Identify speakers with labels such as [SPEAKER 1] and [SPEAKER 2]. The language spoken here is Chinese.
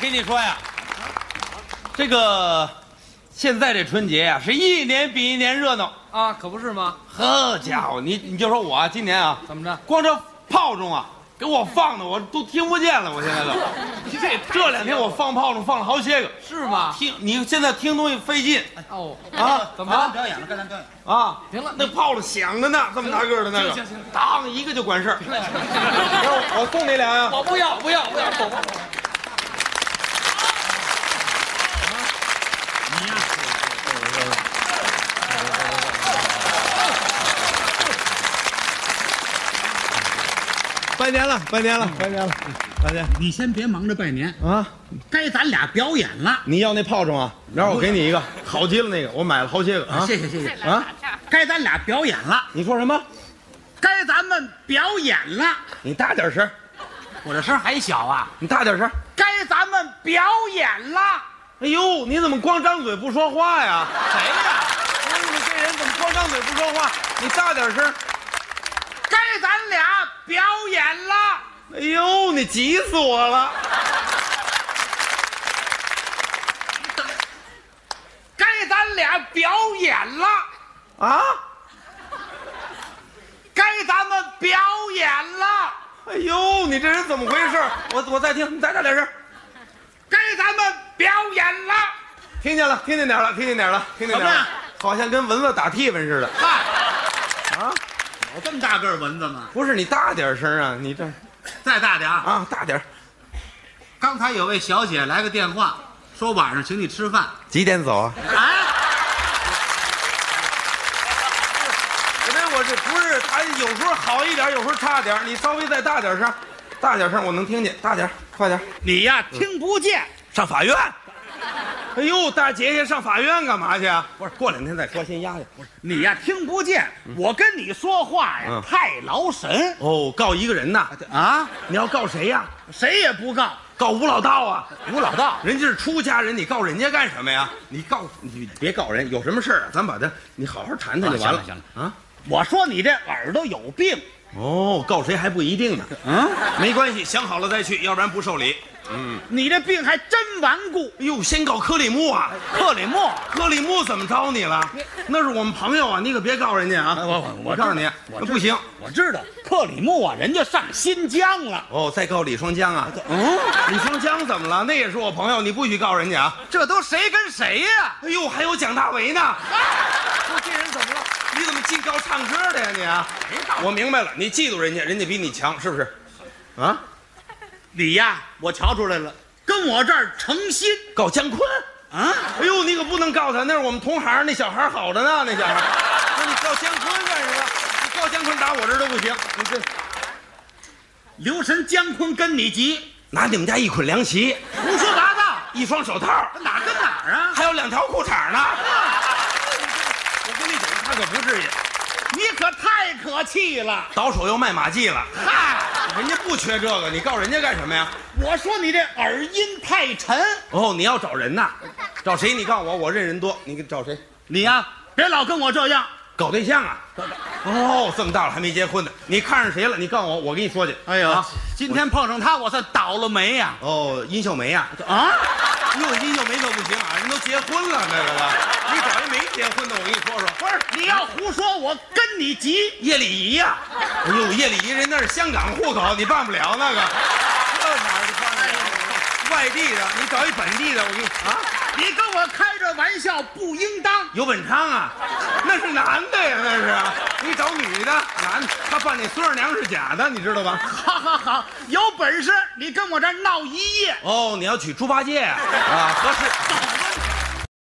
[SPEAKER 1] 跟你说呀，这个现在这春节呀、是一年比一年热闹。
[SPEAKER 2] 啊，可不是吗？
[SPEAKER 1] 呵家伙，你你就说我啊今年啊，
[SPEAKER 2] 怎么着？
[SPEAKER 1] 光这炮仗啊，给我放的我都听不见了，我现在都。
[SPEAKER 2] 你这
[SPEAKER 1] 这两天我放炮仗放了好些个，
[SPEAKER 2] 是吗？
[SPEAKER 1] 听你现在听东西费劲
[SPEAKER 2] 哦，
[SPEAKER 1] 啊
[SPEAKER 2] 怎么
[SPEAKER 3] 刚
[SPEAKER 2] 了？
[SPEAKER 3] 表演了，刚才表演。
[SPEAKER 1] 啊！
[SPEAKER 2] 行了
[SPEAKER 1] 那炮仗响着呢，这么大个儿的那个，
[SPEAKER 2] 行行行
[SPEAKER 1] 当一个就管事儿。 我我送你俩啊呀、
[SPEAKER 2] 我不要，不要，不要，走吧。
[SPEAKER 4] 拜年了，拜年了，拜年了，拜年
[SPEAKER 3] 你先别忙着拜年，
[SPEAKER 4] 啊！
[SPEAKER 3] 该咱俩表演了。
[SPEAKER 1] 你要那炮仗啊？然后我给你一个，好极了那个，我买了好些个啊。
[SPEAKER 3] 谢谢谢谢，
[SPEAKER 1] 啊！
[SPEAKER 3] 该咱俩表演了，
[SPEAKER 1] 你说什么？
[SPEAKER 3] 该咱们表演了。
[SPEAKER 1] 你大点声，
[SPEAKER 3] 我这声还小啊，
[SPEAKER 1] 你大点声。
[SPEAKER 3] 该咱们表演了。
[SPEAKER 1] 哎呦，你怎么光张嘴不说话呀？
[SPEAKER 3] 谁呀？
[SPEAKER 1] 哎你这人怎么光张嘴不说话？你大点声。
[SPEAKER 3] 该咱俩表演了。
[SPEAKER 1] 哎呦，你急死我了！
[SPEAKER 3] 该咱俩表演了，
[SPEAKER 1] 啊？
[SPEAKER 3] 该咱们表演了，
[SPEAKER 1] 哎呦，你这人怎么回事？我我再听，你再大点声。
[SPEAKER 3] 该咱们表演了。
[SPEAKER 1] 听见了，听见点了，听见点了，听见点
[SPEAKER 3] 怎么
[SPEAKER 1] 了
[SPEAKER 3] 样，
[SPEAKER 1] 好像跟蚊子打嚏蚊似的。
[SPEAKER 3] 嗨，
[SPEAKER 1] 啊，
[SPEAKER 3] 有这么大个儿蚊子吗？
[SPEAKER 1] 不是你大点声啊，你这
[SPEAKER 3] 再大点啊！
[SPEAKER 1] 啊大点儿，
[SPEAKER 3] 刚才有位小姐来个电话，说晚上请你吃饭。
[SPEAKER 1] 几点走啊？
[SPEAKER 3] 哎，
[SPEAKER 1] 我这我这不是，他有时候好一点，有时候差点儿。你稍微再大点声，大点声，我能听见，大点儿，快点儿。
[SPEAKER 3] 你呀听不见，
[SPEAKER 1] 上法院。哎呦，大姐姐上法院干嘛去啊？不是，过两天再说，先压下。
[SPEAKER 3] 你呀听不见，我跟你说话呀
[SPEAKER 1] 嗯
[SPEAKER 3] 太劳神
[SPEAKER 1] 哦，告一个人呐？
[SPEAKER 3] 啊，
[SPEAKER 1] 你要告谁呀、
[SPEAKER 3] 谁也不告
[SPEAKER 1] 告吴老道啊？
[SPEAKER 3] 吴老道。
[SPEAKER 1] 人家是出家人，你告人家干什么呀？你告你别告人，有什么事儿啊？咱把他，你好好谈谈就完了。
[SPEAKER 3] 啊行了
[SPEAKER 1] 了啊。
[SPEAKER 3] 我说你这耳朵有病，
[SPEAKER 1] 哦，告谁还不一定呢。嗯，没关系，想好了再去，要不然不受理。
[SPEAKER 3] 你这病还真顽固。
[SPEAKER 1] 哎呦，先告克里木啊！
[SPEAKER 3] 克里木，
[SPEAKER 1] 克里木怎么招你了？那是我们朋友啊，你可别告人家啊！
[SPEAKER 3] 我我我
[SPEAKER 1] 告诉你，
[SPEAKER 3] 我
[SPEAKER 1] 那不行。
[SPEAKER 3] 我知道克里木啊，人家上新疆了。
[SPEAKER 1] 哦，再告李双江啊！嗯，李双江怎么了？那也是我朋友，你不许告人家啊！
[SPEAKER 3] 这都谁跟谁呀、
[SPEAKER 1] 哎呦，还有蒋大为呢！说这人怎么了？你怎么净告唱歌的呀你啊？我明白了，你嫉妒人家，人家比你强，是不是？啊，
[SPEAKER 3] 你呀，我瞧出来了，跟我这儿诚心
[SPEAKER 1] 告姜昆？
[SPEAKER 3] 啊！
[SPEAKER 1] 哎呦，你可不能告他，那是我们同行，那小孩好着呢，那小孩。 那你告姜昆干什么？你告姜昆打我这儿都不行，你这
[SPEAKER 3] 留神姜昆跟你急，
[SPEAKER 1] 拿你们家一捆凉席，
[SPEAKER 3] 胡说八道，
[SPEAKER 1] 一双手套，
[SPEAKER 3] 哪跟哪儿啊？
[SPEAKER 1] 还有两条裤衩呢。我跟你讲，他可不至于，
[SPEAKER 3] 你可太可气了！
[SPEAKER 1] 倒手又卖马季了，
[SPEAKER 3] 嗨，
[SPEAKER 1] 人家不缺这个，你告人家干什么呀？
[SPEAKER 3] 我说你这耳音太沉，
[SPEAKER 1] 哦，你要找人呐？找谁？你告诉我，我认人多。你给找谁？
[SPEAKER 3] 你呀，别老跟我这样
[SPEAKER 1] 搞对象啊？哦，这么大了还没结婚呢？你看上谁了？你告诉我，我跟你说去。
[SPEAKER 3] 哎呀，今天碰上他，我算倒了霉呀！
[SPEAKER 1] 哦，殷秀梅呀、
[SPEAKER 3] 啊，
[SPEAKER 1] 啊？哟，殷秀梅可不行啊，人都结婚了那个了。你找一没结婚的，我跟你说说。
[SPEAKER 3] 不是你要胡说，我跟你急。
[SPEAKER 1] 叶礼仪呀、哎呦，叶礼仪人那是香港户口，你办不了那个。这哪儿办得了？外地的，你找一本地的，我给你啊。
[SPEAKER 3] 你跟我开这玩笑不应当。
[SPEAKER 1] 尤本昌啊，那是男的呀，那是。你找女的，男的，他扮那孙二娘是假的，你知道吧？
[SPEAKER 3] 好好好，有本事你跟我这儿闹一夜。
[SPEAKER 1] 哦，你要娶猪八戒啊？啊，合适。